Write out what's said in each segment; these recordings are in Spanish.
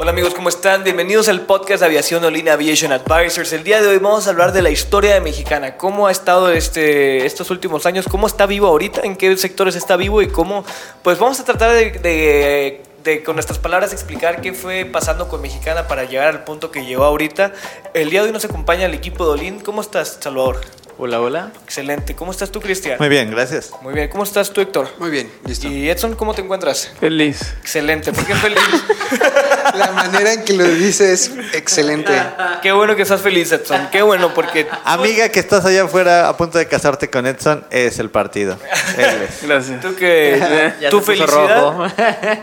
Hola amigos, ¿cómo están? Bienvenidos al podcast de Aviación Olina Aviation Advisors. El día de hoy vamos a hablar de la historia de mexicana, cómo ha estado este, estos últimos años, cómo está vivo ahorita, en qué sectores está vivo y cómo, pues vamos a tratar de, de- de, con nuestras palabras explicar qué fue pasando con mexicana para llegar al punto que llegó ahorita. El día de hoy nos acompaña el equipo de Olin. ¿Cómo estás, Salvador? Hola, hola. Excelente. ¿Cómo estás tú, Cristian? Muy bien, gracias. Muy bien. ¿Cómo estás tú, Héctor? Muy bien, listo. Y Edson, ¿cómo te encuentras? Feliz. Excelente. ¿Por qué feliz? La manera en que lo dices es excelente. Qué bueno que estás feliz, Edson. Qué bueno, porque. Amiga que estás allá afuera a punto de casarte con Edson, es el partido. Él es. Gracias. Tú que. Ya tu se puso felicidad rojo.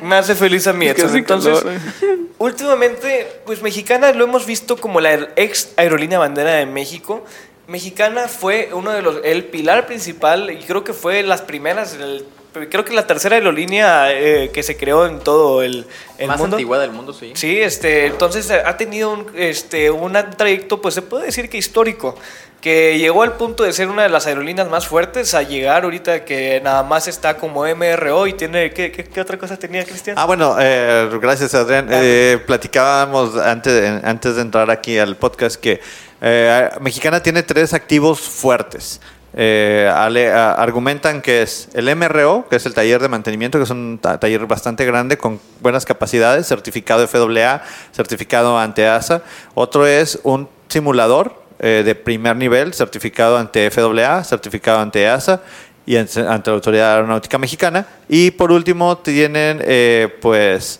me hace feliz a mí, Es que Edson. hace Entonces, calor. últimamente, pues Mexicana lo hemos visto como la aer- ex aerolínea bandera de México. Mexicana fue uno de los. El pilar principal, y creo que fue las primeras. el- creo que la tercera aerolínea eh, que se creó en todo el, el Más mundo. antigua del mundo, sí. Sí, este, entonces eh, ha tenido un, este, un trayecto, pues se puede decir que histórico, que llegó al punto de ser una de las aerolíneas más fuertes a llegar ahorita que nada más está como MRO y tiene, ¿qué, qué- qué otra cosa tenía Cristian? Ah, bueno, eh, gracias Adrián. Eh, platicábamos antes, de- antes de entrar aquí al podcast que eh, Mexicana tiene tres activos fuertes. Eh, ale- a- argumentan que es el MRO, que es el taller de mantenimiento, que es un ta- taller bastante grande con buenas capacidades, certificado FAA, certificado ante ASA. Otro es un simulador eh, de primer nivel, certificado ante FAA, certificado ante ASA y en- ante la Autoridad Aeronáutica Mexicana. Y por último tienen, eh, pues...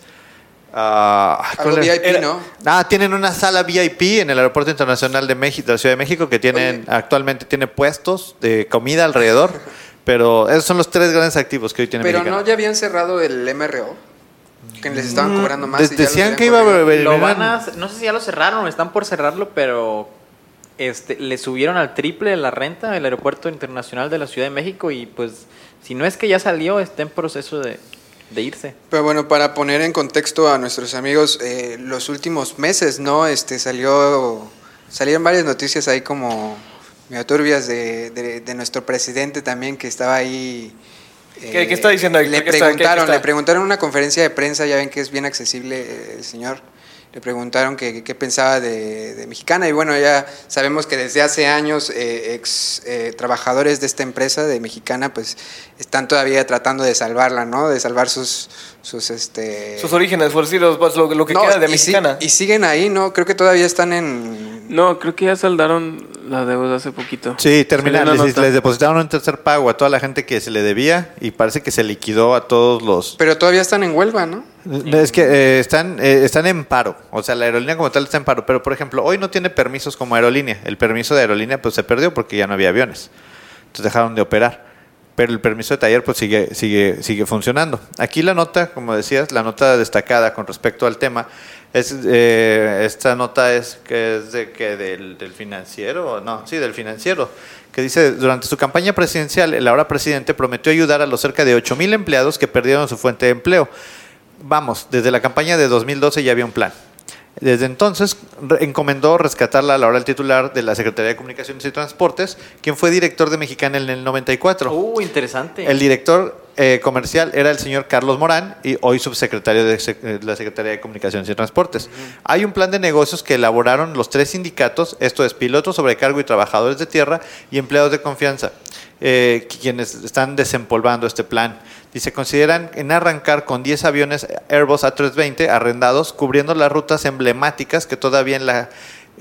ah, ¿cuál Algo era? VIP, ¿no? Ah, tienen una sala VIP en el Aeropuerto Internacional de México, de la Ciudad de México, que tienen actualmente tiene puestos de comida alrededor, pero esos son los tres grandes activos que hoy tiene Pero Mexicana. no, ya habían cerrado el MRO. Que les estaban cobrando más. De- y ya los Mm, decían habían que iba a corrido. beber. Lo van a- no sé si ya lo cerraron o están por cerrarlo, pero este, le subieron al triple la renta del Aeropuerto Internacional de la Ciudad de México y pues si no es que ya salió, está en proceso de, de irse. Pero bueno, para poner en contexto a nuestros amigos, eh, los últimos meses, ¿no? Este salió. Salieron varias noticias ahí como medio turbias de, de- de nuestro presidente también que estaba ahí. eh, ¿Qué- qué está diciendo ahí? Le ¿Qué está- qué- qué preguntaron, está? le preguntaron en una conferencia de prensa, ya ven que es bien accesible eh, el señor. Le preguntaron que- que- qué pensaba de, de Mexicana y bueno, ya sabemos que desde hace años eh, ex eh, trabajadores de esta empresa de Mexicana pues están todavía tratando de salvarla, ¿no? De salvar sus, sus este... Sus orígenes, por decir, los- lo, lo que No, queda de y si- Mexicana. y siguen ahí, ¿no? Creo que todavía están en... No, creo que ya saldaron la deuda hace poquito. Sí, terminaron. Salió una Les, nota. les depositaron un tercer pago a toda la gente que se le debía y parece que se liquidó a todos los. Pero todavía están en Huelva, ¿no? Es que eh, están, eh, están en paro. O sea, la aerolínea como tal está en paro. Pero, por ejemplo, hoy no tiene permisos como aerolínea. El permiso de aerolínea pues se perdió porque ya no había aviones. Entonces dejaron de operar. Pero el permiso de taller pues sigue, sigue, sigue funcionando. Aquí la nota, como decías, la nota destacada con respecto al tema, es eh, esta nota es que es de que del, del financiero, no, sí, del financiero, que dice durante su campaña presidencial, el ahora presidente prometió ayudar a los cerca de 8 mil empleados que perdieron su fuente de empleo. Vamos, desde la campaña de 2012 ya había un plan. Desde entonces re- encomendó rescatarla a la hora del titular de la Secretaría de Comunicaciones y Transportes, quien fue director de Mexicana en el 94. Uh, interesante. El director eh, comercial era el señor Carlos Morán y hoy subsecretario de sec- eh, la Secretaría de Comunicaciones y Transportes. Hay un plan de negocios que elaboraron los tres sindicatos, esto es pilotos, sobrecargo y trabajadores de tierra y empleados de confianza, eh, qui- quienes están desempolvando este plan. Dice, consideran en arrancar con 10 aviones Airbus A320 arrendados, cubriendo las rutas emblemáticas que todavía en la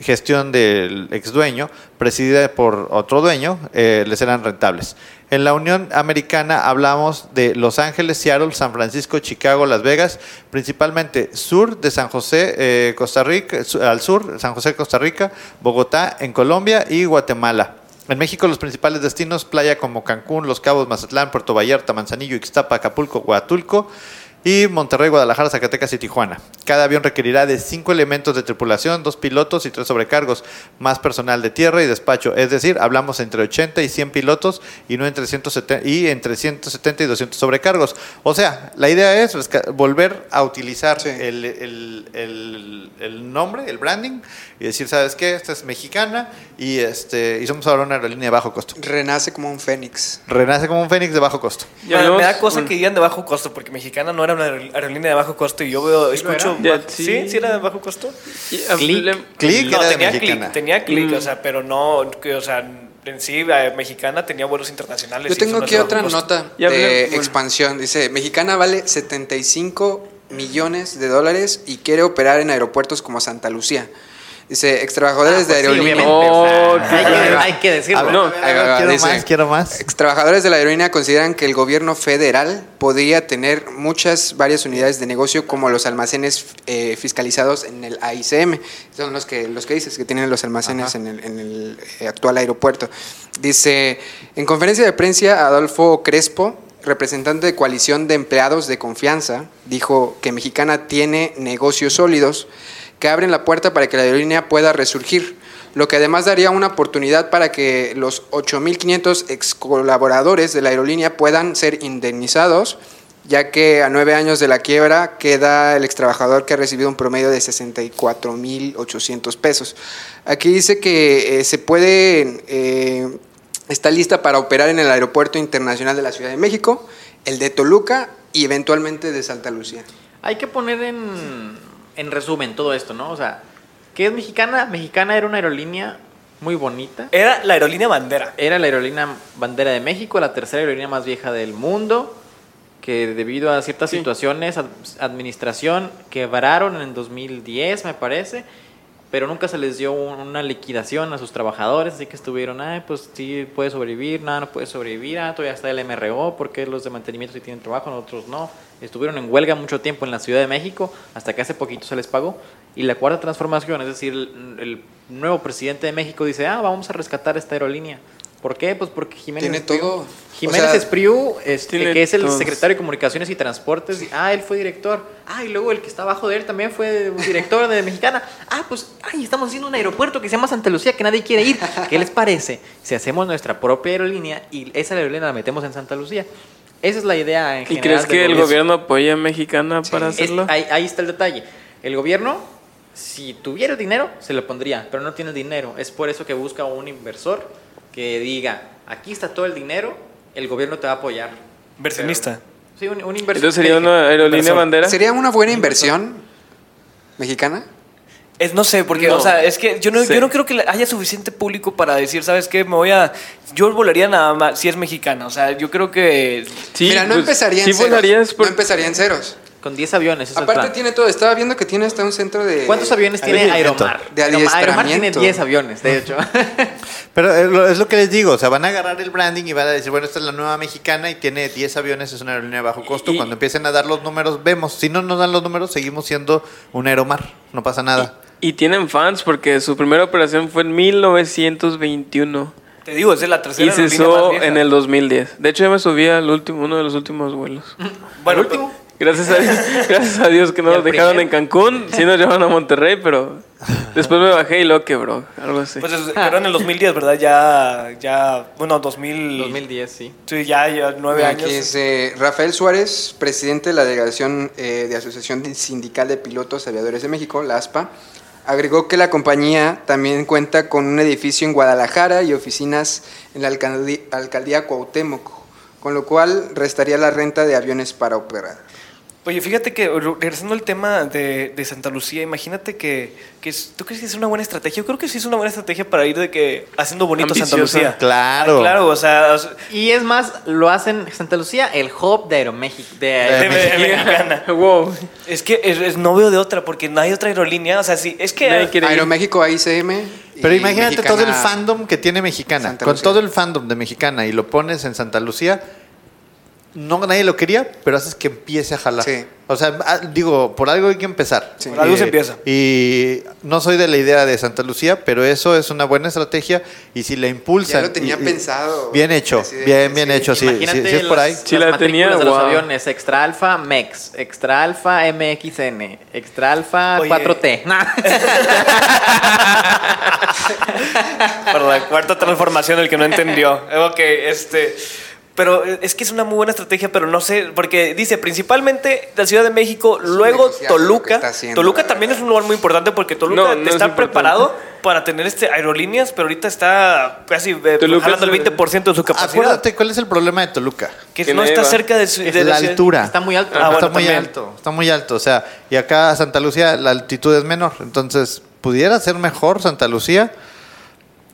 gestión del ex dueño, presidida por otro dueño, eh, les eran rentables. En la Unión Americana hablamos de Los Ángeles, Seattle, San Francisco, Chicago, Las Vegas, principalmente sur de San José, eh, Costa Rica, su- al sur, San José, Costa Rica, Bogotá, en Colombia y Guatemala. En México los principales destinos, playa como Cancún, Los Cabos, Mazatlán, Puerto Vallarta, Manzanillo, Ixtapa, Acapulco, Huatulco y Monterrey, Guadalajara, Zacatecas y Tijuana. Cada avión requerirá de cinco elementos de tripulación, dos pilotos y tres sobrecargos, más personal de tierra y despacho. Es decir, hablamos entre 80 y 100 pilotos y, no entre 170, y entre 170 y 200 sobrecargos. O sea, la idea es resca- volver a utilizar Sí. el, el- el- el nombre, el branding, y decir, ¿sabes qué? Esta es mexicana y, este, y somos ahora una aerolínea de bajo costo. Renace como un fénix. Renace como un fénix de bajo costo. Ya mm. me, me hablamos- da cosa bueno. que digan de bajo costo, porque Mexicana no era una aerol- aerolínea de bajo costo y yo veo, Sí lo escucho. era. baj- Ya, sí. sí. sí, era de bajo costo. Y hablem- Click no, era de tenía mexicana. clic, tenía clic, Mm. o sea, pero no, que, o sea, en sí, eh, Mexicana tenía vuelos internacionales. y Yo eso tengo no es aquí bajo otra costo. nota Ya hablé- de bueno. expansión. Dice, mexicana vale 75 millones de dólares y quiere operar en aeropuertos como Santa Lucía. Dice, extrabajadores pues sí, de aerolínea. obviamente, Oh, o sea, qué hay, que, claro. hay que decirlo. A ver, No, a ver, a ahí ver, va, quiero dice- más, quiero más. Extrabajadores de la aerolínea consideran que el gobierno federal podría tener muchas, varias unidades de negocio como los almacenes eh, fiscalizados en el AICM. Son los que, los que dices, que tienen los almacenes en el, en el, eh, actual aeropuerto. Dice, en conferencia de prensa, Adolfo Crespo, representante de coalición de empleados de confianza, dijo que Mexicana tiene negocios sólidos que abren la puerta para que la aerolínea pueda resurgir, lo que además daría una oportunidad para que los 8.500 ex colaboradores de la aerolínea puedan ser indemnizados, ya que a nueve años de la quiebra queda el extrabajador que ha recibido un promedio de 64.800 pesos. Aquí dice que eh, se puede... eh, está lista para operar en el Aeropuerto Internacional de la Ciudad de México, el de Toluca y eventualmente de Santa Lucía. Hay que poner en, en resumen todo esto, ¿no? O sea, ¿qué es mexicana? Mexicana era una aerolínea muy bonita. Era la aerolínea bandera. Era la aerolínea bandera de México, la tercera aerolínea más vieja del mundo, que debido a ciertas situaciones, ad- administración, quebraron en 2010, me parece, pero nunca se les dio un- una liquidación a sus trabajadores, así que estuvieron, ay, pues sí, puede sobrevivir, nada, no puede sobrevivir, ah, todavía está el MRO, porque los de mantenimiento sí tienen trabajo, nosotros no. Estuvieron en huelga mucho tiempo en la Ciudad de México, hasta que hace poquito se les pagó. Y la cuarta transformación, es decir, el, el nuevo presidente de México dice, ah, vamos a rescatar esta aerolínea. ¿Por qué? Pues porque Jiménez Tiene Espriu- todo. Jiménez O sea, Espriu, este, tiene que es el todo. secretario de Comunicaciones y Transportes, ah, él fue director. Ah, y luego el que está abajo de él también fue director de Mexicana. Ah, pues, ay, estamos haciendo un aeropuerto que se llama Santa Lucía que nadie quiere ir. ¿Qué les parece si hacemos nuestra propia aerolínea y esa aerolínea la metemos en Santa Lucía? Esa es la idea en ¿Y general. crees que del el gobierno apoya a Mexicana para es- hacerlo? ahí, ahí está el detalle. El gobierno, si tuviera el dinero, se lo pondría, pero no tiene el dinero. Es por eso que busca un inversor que diga, aquí está todo el dinero, el gobierno te va a apoyar. Versionista. Sí, un, un inversor. Entonces que sería diga, una aerolínea Inversor. bandera. ¿Sería una buena inversión mexicana? Es, no sé, porque, No. o sea, es que yo no, Sí. yo no creo que haya suficiente público para decir, ¿sabes qué? Me voy a. Yo volaría nada más si es mexicana. O sea, yo creo que. Sí, Mira, no pues, empezaría en sí ceros. volarías por- No empezaría en ceros. Con 10 aviones, ese es el Aparte plan. tiene todo. Estaba viendo que tiene hasta un centro de... ¿Cuántos aviones tiene Adiestramiento. Aeromar? De Aeromar- Aeromar tiene adiestramiento. 10 aviones, de hecho. Pero es lo- es lo que les digo, o sea, van a agarrar el branding y van a decir, bueno, esta es la nueva mexicana y tiene 10 aviones, es una aerolínea de bajo costo. Y- Cuando empiecen a dar los números, vemos. Si no nos dan los números, seguimos siendo un aeromar, no pasa nada. Y tienen fans porque su primera operación fue en 1921 Te digo, esa es la tercera. y aerolínea más cesó vieja. en el 2010. De hecho, yo me subí al último, uno de los últimos vuelos. Bueno, pues, ¿El último? Gracias a Dios, gracias a Dios que ¿Y no el nos dejaron en primero? Cancún, sí nos llevaron a Monterrey, pero después me bajé y lo quebró, algo así. Pues, es- pero en el 2010, ¿verdad? Ya, ya, bueno, 2000, 2010, sí. Sí, ya, ya nueve Mira, años. Aquí es eh, Rafael Suárez, presidente de la delegación eh, de Asociación de- Sindical de Pilotos Aviadores de México, la ASPA, agregó que la compañía también cuenta con un edificio en Guadalajara y oficinas en la alcaldía, alcaldía Cuauhtémoc, con lo cual restaría la renta de aviones para operar. Oye, fíjate que re- regresando al tema de, de Santa Lucía, imagínate que, que es- ¿Tú crees que es una buena estrategia? Yo creo que sí es una buena estrategia para ir de que haciendo bonito Santa Ambiciosa, Lucía. claro. Ah, claro, o sea. o sea, Y es más, lo hacen Santa Lucía, el hub de Aeroméxico. De de- de- Aeroméxico. de Eh, mexicana. wow. Es que es, es- no veo de otra, porque no hay otra aerolínea. O sea, sí, es que. Nadie quiere ir. Aeroméxico, AICM. y Pero imagínate Mexicana- todo el fandom que tiene Mexicana, Santa con Lucía. todo el fandom de Mexicana y lo pones en Santa Lucía, no nadie lo quería, pero haces que empiece a jalar. Sí. O sea, ah, digo, por algo hay que empezar. Eh, Sí. Por algo se empieza. Y no soy de la idea de Santa Lucía, pero eso es una buena estrategia y si la impulsan... Ya lo tenía y- y- pensado. Bien hecho, Así de- bien, bien sí. hecho, sí, sí, Imagínate sí es por ahí. las- Sí, las la tenía, matrículas de los guau. aviones. Extra Alfa MEX, Extra Alfa MXN, Extra Alfa Oye. 4T. Para la cuarta transformación, el que no entendió. Eh, Ok, este. Pero eh, es que es una muy buena estrategia, pero no sé, porque dice principalmente la Ciudad de México, un luego negociazo lo que Toluca. está haciendo, Toluca la también verdad. es un lugar muy importante porque No, Toluca no es está importante. preparado para tener este aerolíneas, pero ahorita está casi eh, Toluca jalando el es- 20% de su capacidad. Acuérdate, ¿cuál es el problema de Toluca? que, que no está eleva. cerca de, su, de la ciudad. altura. Está muy alto. Ah, está bueno, muy también. alto, está muy alto. O sea, y acá Santa Lucía la altitud es menor. Entonces, pudiera ser mejor Santa Lucía,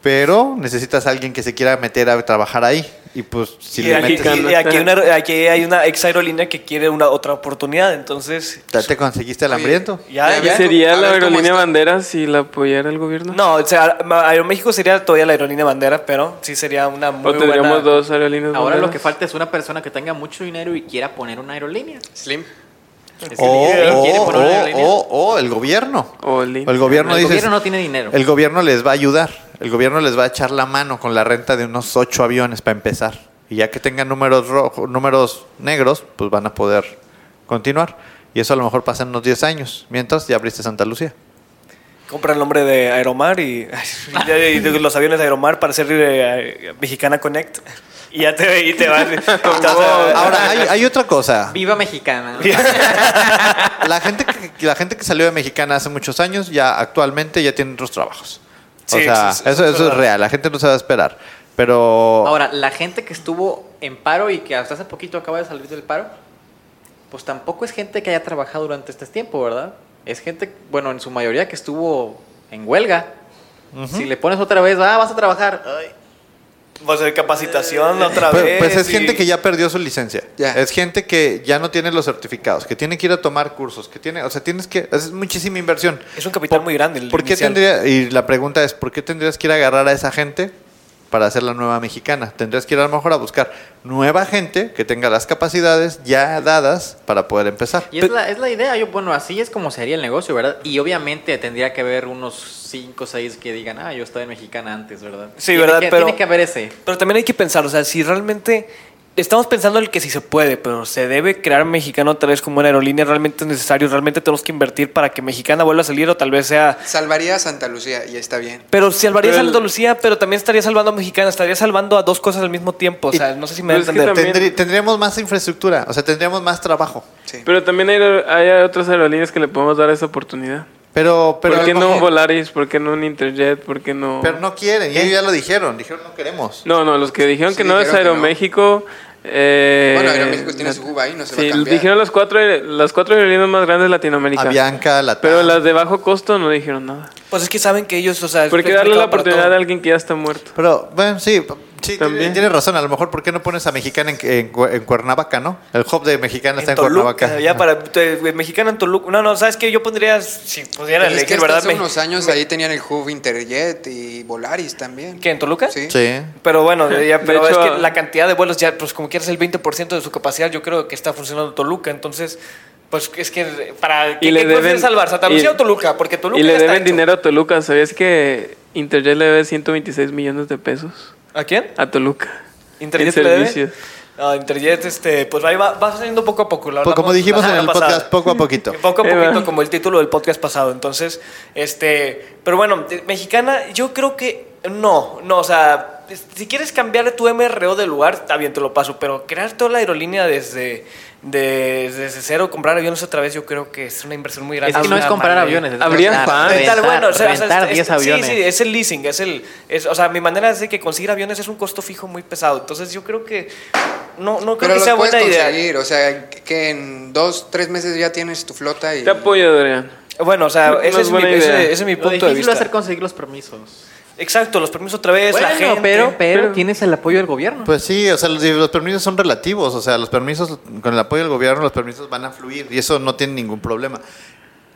pero necesitas a alguien que se quiera meter a trabajar ahí. Y pues, si Y le aquí, metes, Mexicano. y aquí hay una, aquí hay una ex aerolínea que quiere una otra oportunidad, entonces ya te conseguiste al Oye, hambriento. ya, Ya, ya. Sería A ver la cómo aerolínea está. bandera si la apoyara el gobierno. No, o sea, Ma- Aeroméxico sería todavía la aerolínea bandera, pero sí sería una muy o tendríamos buena- dos aerolíneas Ahora lo que banderas. falta es una persona que tenga mucho dinero y quiera poner una aerolínea. Slim. Es que O, el dinero quiere o, poner una o, aerolínea. o, o el gobierno. O el INE. O el gobierno el dices, gobierno no tiene dinero. El gobierno les va a ayudar. El gobierno les va a echar la mano con la renta de unos ocho aviones para empezar. Y ya que tengan números rojos, números negros, pues van a poder continuar. Y eso a lo mejor pasa en unos 10 años. Mientras ya abriste Santa Lucía. Compra el nombre de Aeromar y, y de los aviones de Aeromar para ser eh, Mexicana Connect. Y ya te, y te vas. te vas a- Ahora, hay, hay otra cosa. Viva mexicana. La gente, que, la gente que salió de Mexicana hace muchos años, ya actualmente ya tiene otros trabajos. O Sí, sea, sí, sí, eso, es eso es verdad. real. La gente no se va a esperar. Pero... Ahora, la gente que estuvo en paro y que hasta hace poquito acaba de salir del paro, pues tampoco es gente que haya trabajado durante este tiempo, ¿verdad? Es gente, bueno, en su mayoría que estuvo en huelga. Si le pones otra vez, ah, vas a trabajar. ay, va a ser capacitación otra Pues, vez. pues es y- gente que ya perdió su licencia. Ya. Es gente que ya no tiene los certificados, que tiene que ir a tomar cursos, que tiene, o sea, tienes que, es muchísima inversión. Es un capital muy grande. el ¿Por qué inicial. tendría, y la pregunta es, ¿por qué tendrías que ir a agarrar a esa gente para hacer la nueva mexicana? Tendrías que ir a lo mejor a buscar nueva gente que tenga las capacidades ya dadas para poder empezar. Y es la, es la idea, yo, bueno, así es como sería el negocio, ¿verdad? Y obviamente tendría que haber unos 5 o 6 que digan, ah, yo estaba en mexicana antes, ¿verdad? Sí, Tiene ¿verdad? que- Pero- Tiene que haber ese. Pero también hay que pensar, o sea, si realmente estamos pensando en el que sí se puede, pero se debe crear mexicano otra vez como una aerolínea, realmente es necesario, realmente tenemos que invertir para que mexicana vuelva a salir o tal vez sea... Salvaría a Santa Lucía y está bien. Pero salvaría a Pero el- Santa Lucía, pero también estaría salvando a Mexicana, estaría salvando a dos cosas al mismo tiempo. O sea, Y- no sé si me da a pero pues es que entender. también- Tendrí- tendríamos más infraestructura, o sea, tendríamos más trabajo. Sí. Pero también hay, hay otras aerolíneas que le podemos dar esa oportunidad. Pero, pero ¿Por qué a lo no un mejor- Volaris? ¿Por qué no un Interjet? ¿Por qué no...? pero no quieren, y ellos ya lo dijeron, dijeron no queremos. No, no, los que dijeron Sí, que no es dijeron que no. Aeroméxico. eh, Bueno, Aeroméxico tiene su Cuba ahí, no se va a Sí, cambiar. dijeron las cuatro, las cuatro aerolíneas más grandes de Latinoamérica. Avianca, la Pero las de bajo costo no dijeron nada. Pues es que saben que ellos, o sea... ¿Por qué es darle la mercado para oportunidad todo. a alguien que ya está muerto? Pero, bueno, sí, sí También. tienes razón. A lo mejor, ¿por qué no pones a Mexicana en, en Cu- en Cuernavaca, no? El hub de Mexicana está en, Toluca, Cuernavaca. ya para te- mexicana en Toluca. No, no, sabes que yo pondría si pudiera Pero es elegir, que hasta ¿verdad? hace Me- unos años ahí tenían el Hub Interjet y Volaris también. ¿Qué en Toluca? Sí. Sí. Pero bueno, ya, De pero hecho, es ah- que la cantidad de vuelos ya, pues como quieras el 20% de su capacidad, yo creo que está funcionando Toluca, entonces pues es que para Y ¿qué, le qué prefieres deben- salvar, Santa y- Lucía o Toluca? Porque Toluca y ya le está deben hecho. dinero a Toluca. ¿Sabías que Interjet le debe 126 millones de pesos ¿A quién? a Toluca? Interjet En le debe? servicios. No, Interjet este, pues ahí va, va saliendo poco a poco, la Pues, verdad, como vamos- dijimos la en el semana pasada. podcast, poco a poquito. Poco a Ahí va. poquito, como el título del podcast pasado. Entonces, este. Pero bueno, de- mexicana, yo creo que no, no, o sea. si quieres cambiar tu MRO de lugar, está bien, te lo paso, pero crear toda la aerolínea desde, de- desde cero, comprar aviones otra vez, yo creo que es una inversión muy grande. Es que no es una comprar mala- aviones. es Habría rentar, pan. Rentar, rentar, bueno, o sea, o sea, rentar es- 10 es- aviones. Sí, sí, es el leasing, es el, es- o sea, mi manera es de que conseguir aviones es un costo fijo muy pesado, entonces yo creo que no, no creo Pero que los sea puedes buena idea. conseguir, o sea, que en dos, tres meses ya tienes tu flota y... Te apoyo, Adrián. Bueno, o sea, No ese, es es mi, buena ese- idea. ese es mi Lo punto de difícil va vista. a ser conseguir los permisos. Exacto, los permisos otra vez, la Bueno, gente. pero, pero Pero- tienes el apoyo del gobierno. Pues sí, o sea, los, los permisos son relativos, o sea, los permisos, con el apoyo del gobierno, los permisos van a fluir y eso no tiene ningún problema.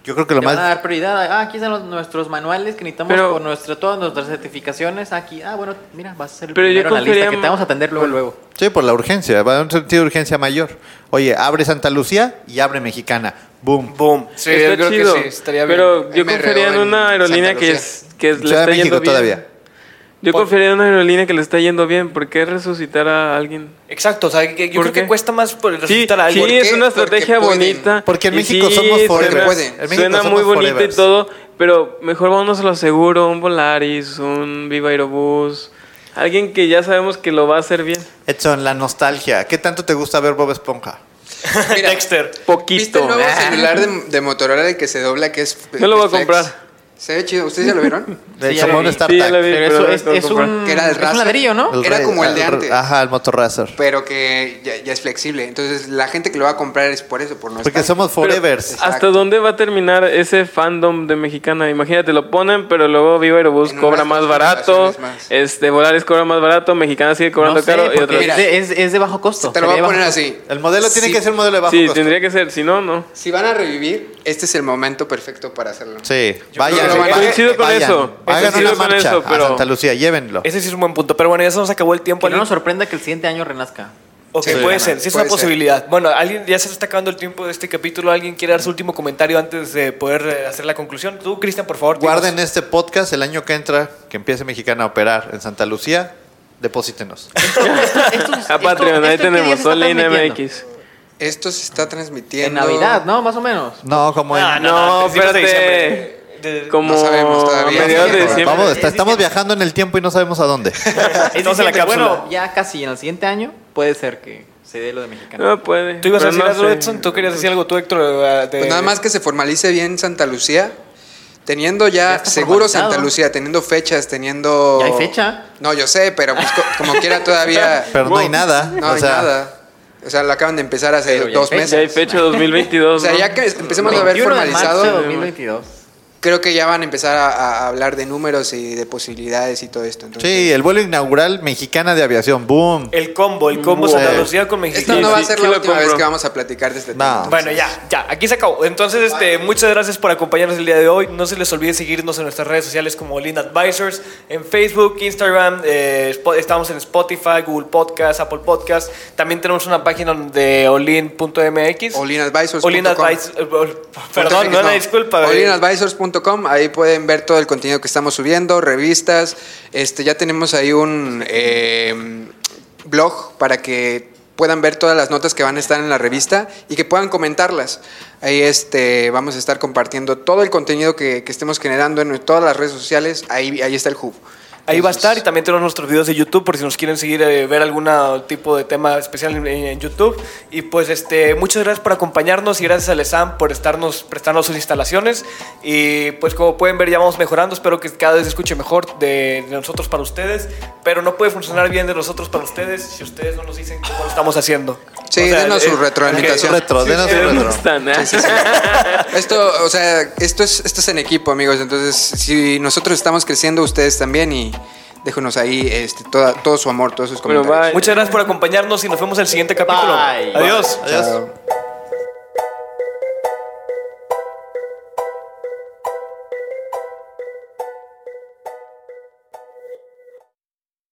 Yo creo que lo Te van a más... dar prioridad. Ah, aquí están los- nuestros manuales que necesitamos Pero- con nuestra- todas nuestras certificaciones. Aquí, ah, bueno, mira, vas a ser el Pero yo primero en la lista confiaría que te más- vamos a atender luego, luego. Sí, por la urgencia, va a un sentido de urgencia mayor. Oye, abre Santa Lucía y abre Mexicana. Boom. Boom. Sí, Está yo creo chido, que sí, estaría bien. pero yo MRO confiaría en en una aerolínea Santa que, Lucía. es, que es- le Ciudad está de México yendo bien. todavía. Yo confiaría en una aerolínea que le está yendo bien. ¿Por qué resucitar a alguien? Exacto, o sea, que- que yo ¿Por creo que qué? cuesta más por el Sí, resultar a sí, alguien. es qué? una Porque estrategia pueden. bonita. Porque en y México somos forever. Suena, Pueden. En México suena somos muy bonito forevers. y todo, pero mejor vámonos a lo seguro, un Volaris, un Viva Aerobús, alguien que ya sabemos que lo va a hacer bien. Edson, la nostalgia. ¿Qué tanto te gusta ver Bob Esponja? Mira, Dexter. ¿Viste el Poquito. nuevo Ah. celular de, de Motorola el que se dobla que es No lo voy a Flex? comprar. Se ve chido, ¿ustedes ya lo vieron? De Sí, ya Somos lo vi. un Sí, startup. ya lo vi, Pero pero eso no es, lo voy a es comprar. un, Que era el es un Razer. ladrillo, ¿no? El Era Ra- como el de Ra- antes. Pues Ajá, el Motorracer. Pero que ya, ya es flexible. Entonces la gente que lo va a comprar es por eso, por no Porque estar- somos Pero, forevers. ¿Hasta dónde va a terminar ese fandom de mexicana? Imagínate, lo ponen, pero luego Viva Aerobús En cobra unas más dos barato, generaciones más. este Volaris cobra más barato, Mexicana sigue cobrando No sé, caro y porque otras. Mira, es, de, es- es de bajo costo. Te lo voy a sería bajo poner costo. así. El modelo tiene Sí. que ser un modelo de bajo Sí, costo. tendría que ser, si no, no. Si van a revivir, este es el momento perfecto para hacerlo. Sí, creo vayan. que lo van a- Coincido con vayan, eso. Hagan Coincido una con marcha eso, pero- a Santa Lucía, llévenlo. Ese sí es un buen punto, pero bueno, ya se nos acabó el tiempo. Que no nos ¿Alguien- sorprenda que el siguiente año renazca. Ok, Sí, puede gana, ser, sí es puede una ser. posibilidad. Bueno, alguien ya se está acabando el tiempo de este capítulo. ¿Alguien quiere dar su último comentario antes de poder eh, hacer la conclusión? Tú, Cristian, por favor. Guarden dinos. este podcast el año que entra, que empiece Mexicana a operar en Santa Lucía, depósitenos. A Ah, Patreon, ahí este tenemos solo Solina MX. Esto se está transmitiendo. En Navidad, ¿no? Más o menos. No, como en... Ah, No, principios de espérate. diciembre. De- de- Como No sabemos todavía. a mediados de diciembre. Vamos, está- estamos viajando en el tiempo y no sabemos a dónde. Estamos en la diciembre. cápsula. Bueno, ya casi en el siguiente año puede ser que se dé lo de mexicano. No puede. Tú ibas a pero decir no algo, sé. Edson. Tú querías decir algo, tú, Héctor. eh, de- Pues nada más que se formalice bien Santa Lucía. Teniendo Ya ya, está seguro formalizado. Santa Lucía, teniendo fechas, teniendo. Ya hay fecha. No, yo sé, pero pues, co- como quiera todavía. Pero no hay nada. No o hay sea, nada. O sea, lo acaban de empezar hace Pero ya dos hay meses. Ya hay fecha 2022. O sea, ¿no? ya que empecemos a ver 21 de marzo de formalizado, 2022. creo que ya van a empezar a, a hablar de números y de posibilidades y todo esto. Entonces, Sí, el vuelo inaugural mexicana de aviación. ¡Boom! El combo, el combo Wow. Santa Lucía con Esta Mexicana. Sí, no va a Mm, sí, ser sí la lo última vez compro. que vamos a platicar de este No. tema. Bueno, ya, ya, aquí se acabó. Entonces, este, muchas gracias por acompañarnos el día de hoy. No se les olvide seguirnos en nuestras redes sociales como Lean Advisors, en Facebook, Instagram, eh, Spo- estamos en Spotify, Google Podcast, Apple Podcast. También tenemos una página de olin.mx. Olinadvisors.com. Olin Advisors. eh, ol- Perdón, no, una disculpa. eh. Olinadvisors.com, ahí pueden ver todo el contenido que estamos subiendo, revistas. Este, ya tenemos ahí un eh, blog para que puedan ver todas las notas que van a estar en la revista y que puedan comentarlas. Ahí este, vamos a estar compartiendo todo el contenido que, que estemos generando en todas las redes sociales. Ahí, ahí está el hub. Ahí va a estar y Entonces, también tenemos nuestros videos de YouTube por si nos quieren seguir eh, ver algún tipo de tema especial en, en YouTube. Y pues este, muchas gracias por acompañarnos y gracias al ESAM por estarnos prestarnos sus instalaciones. Y pues como pueden ver ya vamos mejorando, espero que cada vez se escuche mejor de, de nosotros para ustedes, pero no puede funcionar bien de nosotros para ustedes si ustedes no nos dicen cómo lo estamos haciendo. eh, Sí, denos su retroalimentación. Retro, denos Pero retro. no están, ¿eh? Esto, o sea, esto es, esto es en equipo, amigos. Entonces, si nosotros estamos creciendo, ustedes también y déjenos ahí este, toda- todo su amor, todos sus Bueno, comentarios. bye. Muchas gracias por acompañarnos y nos vemos en el siguiente capítulo. Bye. Adiós. Adiós. Chao.